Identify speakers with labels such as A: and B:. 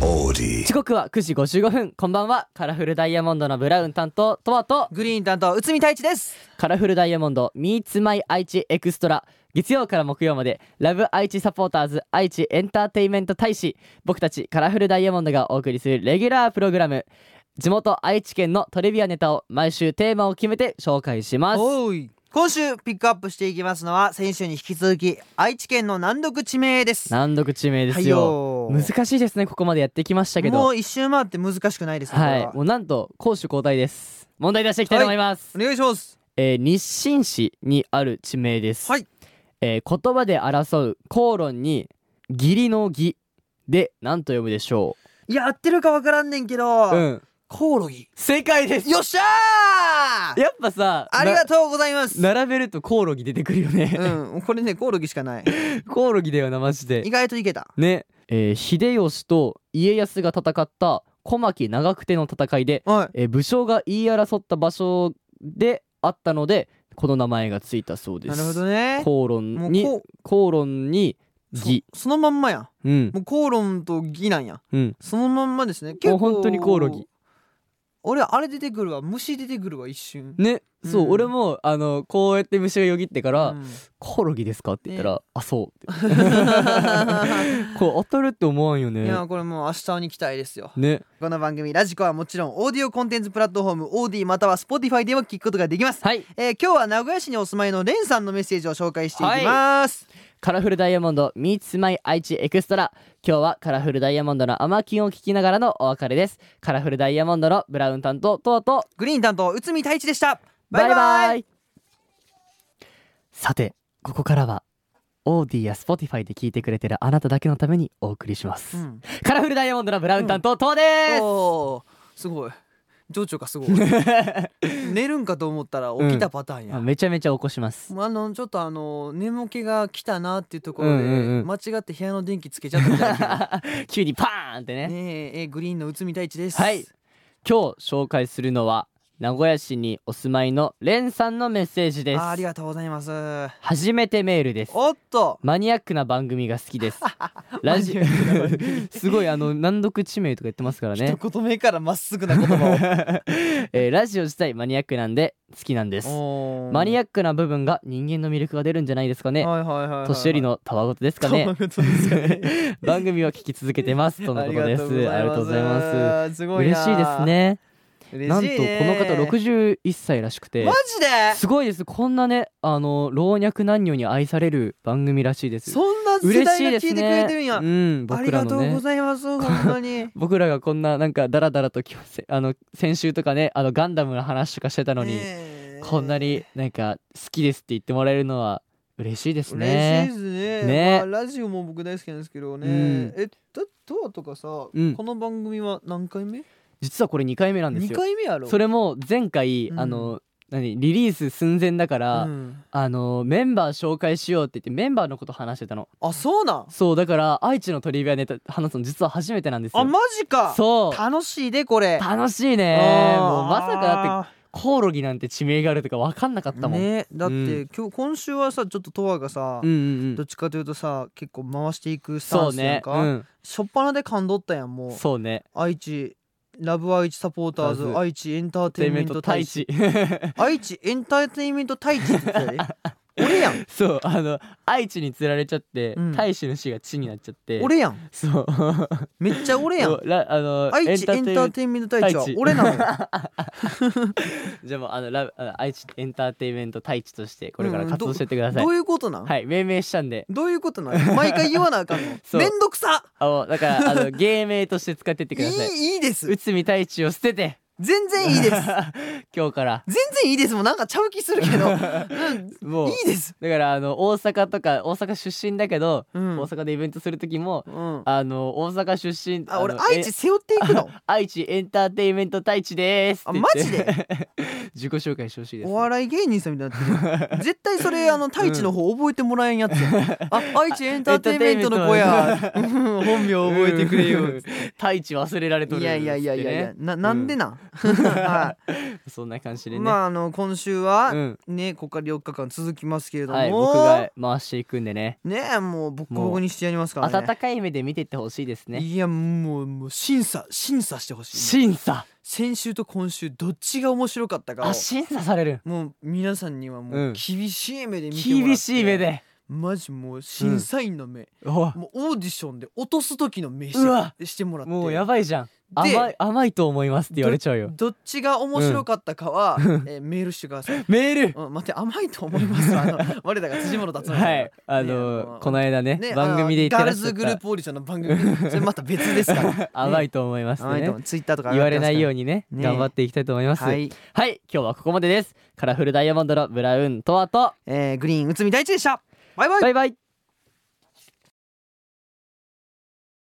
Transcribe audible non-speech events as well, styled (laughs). A: Melody.
B: 時刻は9時55分こんばんはカラフルダイヤモンドのブラウン担当トワと
C: グリーン担当内海太一です
B: カラフルダイヤモンド Meets My 愛知エクストラ月曜から木曜までラブ愛知サポーターズ愛知エンターテイメント大使僕たちカラフルダイヤモンドがお送りするレギュラープログラム地元愛知県のトレビアネタを毎週テーマを決めて紹介します
C: おい今週ピックアップしていきますのは先週に引き続き愛知県の難読地名です
B: 難読地名ですよ
C: はいよ
B: 難しいですねここまでやってきましたけ
C: も
B: ど
C: う一周回って難しくないですね、こ
B: は
C: れ
B: いもうなんと攻守交代です問題出していきたいと思います、
C: お願いします
B: えー日清市にある地名です、
C: はい
B: えー言葉で争う口論に義理の義で何と読むでしょ
C: いや合ってるかわからんねんけど、
B: ううん
C: コオロギ
B: 正解です
C: よっしゃー
B: やっぱさ
C: ありが
B: と
C: とうございます
B: 並べるとコオロギ出てくるよね、
C: うんこれねコオロギしかない
B: コオロギだよなマジで
C: 意外といけた
B: ね、えー秀吉と家康が戦った小牧長久手の戦いで、
C: はい
B: えー武将が言い争った場所であったのでこの名前がついたそうで
C: な
B: す
C: るほどね
B: 口
C: も
B: 論
C: う
B: に
C: こ
B: 口論に
C: うそ
B: 義
C: そのまんまやん
B: うん
C: もうコオロンとギなんや
B: うん
C: そのまんまですね結
B: もう
C: 構
B: 本当にコオロギ
C: 俺あれ出てくるわ虫出てくるわ一瞬
B: ね、そう
C: うん
B: 俺もあのこうやって虫がよぎってから「
C: うん
B: コオロギですか?」って言ったら「あそう」って
C: (laughs) い
B: こう当たるって思わんよ (laughs) ね
C: やこれもう明日に期待ですよ
B: ね
C: この番組ラジコはもちろんオーディオコンテンツプラットフォームオーディまたは Spotify でも聞くことができます、
B: はい
C: えー今日は名古屋市にお住まいのレンさんのメッセージを紹介していきます、
B: カラフルダイヤモンド Meets My 愛知エクストラ今日はカラフルダイヤモンドのアマキンを聞きながらのお別れですカラフルダイヤモンドのブラウン担当とうとう
C: グリーン担当内海太一でしたバ
B: バ
C: イ
B: イ
C: バイ
B: バイさてここからはオーディや Spotify で聞いてくれてるあなただけのためにお送りします、
C: うん
B: カラフルダイヤモンドのブラウン担当とうです、
C: おーすごい情緒が (laughs) すごい寝るんかと思ったら起きたパターンや、
B: あめちゃめちゃ起こします
C: あのちょっとあの眠気が来たなっていうところで、
B: うんうんうん
C: 間違って部屋の電気つけちゃったみた
B: (laughs)
C: いな
B: 急にパーンってね
C: ねええグリーンの内海太一です
B: はい今日紹介するのは名古屋市にお住まいのレンさんのメッセージです
C: あありがとうございます
B: 初めてメールです
C: おっと
B: マニアックな番組が好き
C: (laughs)
B: ですラジ
C: マニアックな番
B: (laughs) すごいあの難読地名とか言ってますからね、
C: 一言目からまっすぐな言葉
B: えーラジオ自体マニアックなんで好きなん (laughs) です
C: を
B: マニア
C: アッ
B: ックな部分が人間の魅力が出るんじゃないですか
C: ク
B: ね
C: はいはいはいはい、
B: 年寄りのたわごとですかね
C: そういうことですかね
B: (laughs) 番組を聞き続けてますとのことですありがとうございます
C: すごいな
B: 嬉しいですね
C: 嬉
B: なん
C: し
B: と
C: い
B: こ
C: ね
B: の方61歳らしくて
C: マジです
B: ごいですこんなねあの老若男女に愛される番組らしいです
C: そんな世
B: 嬉し
C: 代
B: い
C: が
B: で
C: 聞
B: す
C: いてくれ
B: ね
C: てるんや、
B: うん
C: あ
B: 僕
C: り
B: ら
C: がと
B: の
C: う
B: ね
C: ございます本当に
B: (laughs) 僕らがこんななんかダラダラときせあの先週とかねあのガンダムの話とかしてたのに、
C: (laughs) ねえ
B: こんなになんか好きですって言ってもらえるのは嬉しいです
C: 嬉しいで
B: ね
C: すね
B: ね
C: まあ、ラジオも僕大好きなんですけどね、
B: うん
C: えだとはとかさ、
B: うん
C: この番組は何回目
B: 実はこれ2回目なんです
C: 二
B: よ
C: 回目やろ
B: それも前回、
C: うん
B: あの何リリース寸前だから、
C: うん
B: あのメンバー紹介しようって言ってメンバーのこと話してたの
C: あそうなん
B: そうだから愛知のトリビアネタ話すの実は初めてなんですよ
C: あマジか
B: そう
C: 楽しいでこれ
B: 楽しいね
C: あー
B: もうまさかだってコオロギなんて地名があるとか分かんなかったもん、
C: ねだって、
B: うん
C: 今日今週はさちょっととわがさ、
B: うんうんう
C: ど
B: ん
C: っちかというとさ結構回していくスタ
B: そう
C: ンスや
B: ね
C: んか、
B: うん
C: しょっぱなで感動ったやんもう
B: そうね
C: 愛知ラブ愛知サポーター
B: ラ
C: ズ
B: ブ
C: 愛知エンターテイ
B: テ
C: ンメ
B: メ
C: ン
B: ント
C: ト
B: 大
C: 大使
B: 使
C: 愛知エンターテインメント大使って言 (laughs) ってたで俺やん
B: (laughs) そうあの愛知に釣られちゃって、
C: うん
B: 大使の死が地になっちゃって
C: 俺やん
B: そう
C: めっちゃ俺や
B: (laughs)
C: ん
B: そうらあの
C: 愛知エンター
B: テ
C: テインメント大使は
B: 太一
C: 俺なのよ
B: じゃあもうあのラあの愛知エンターテインメント大使としてこれから活動してってください、
C: どういうことなん、
B: はい命名したんで
C: どういうことなん毎回言わなあかん (laughs) の
B: そう
C: めんどくさ
B: あのだから
C: (laughs)
B: あの芸名として使ってって
C: い
B: ください
C: いいいです
B: 内海太一を捨てて
C: 全然 (laughs) いいです
B: (laughs) 今日から
C: 全然いいですもんなんかちゃう気するけど、うん
B: もう
C: いいです
B: だからあの大阪とか大阪出身だけど、
C: うん
B: 大阪でイベントする時も
C: うん
B: あの大阪出身
C: あ俺
B: の
C: 愛知
B: え
C: 背負っていくの
B: 愛知エンターテインメント太一ですって言って
C: あマジで
B: (laughs) 自己紹介してほしい
C: (laughs)
B: です
C: お笑い芸人さんみたいになってる (laughs) 絶対それあの太一の方覚えてもらえんやつや、あ愛知エンターテインメントの子やうん本名覚えてくれよ、
B: うん太一忘れられとる
C: いやいやいやいやいや、
B: つってね
C: ななんで
B: うん (laughs)
C: なん、は
B: そんな感じ
C: い
B: でね、
C: まああの今週
B: う
C: は
B: ん
C: ねここから4日間続きますけれども、
B: はい、僕が回していくんでね
C: ねえもうボッコボコにしてやりますからね
B: 温かい目で見てってほしいですね
C: いやもうもう審査審査してほしい
B: 審査
C: 先週と今週どっちが面白かったかを
B: あ審査される
C: もう皆さんには
B: う
C: も
B: ん
C: う厳しい目で見てもらって
B: 厳しい目で
C: マジもう審査員の目、
B: お
C: もうオーディションで落とす時の目し
B: うわ
C: てしてもらって
B: もうやばいじゃん
C: で
B: 甘い甘いと思いますって言われちゃうよ
C: どっちが面白かったかは、えーメールしてください
B: メール
C: (laughs) うん、待って甘いと思いま
B: (laughs)
C: すあの我らが辻本達郎さんが
B: はいあ
C: ねあ
B: の
C: の
B: この間ね
C: ね
B: 番組で言ってらっ
C: あの
B: し
C: ガ
B: ゃ
C: ールズグル
B: っ
C: ープオーディションの番組それまた別ですから、
B: た、
C: ね
B: (laughs) 甘いと思います
C: 甘い
B: ね
C: とツイッターとか
B: 言われないよ
C: う
B: うにね
C: ね
B: 頑張っていきたいと思いますは
C: はいい、
B: 今日はここまでですカラフルダイヤモンドのブラウンとはと
C: えー、グリーン内海大地でしたバイバイ
B: バイバイ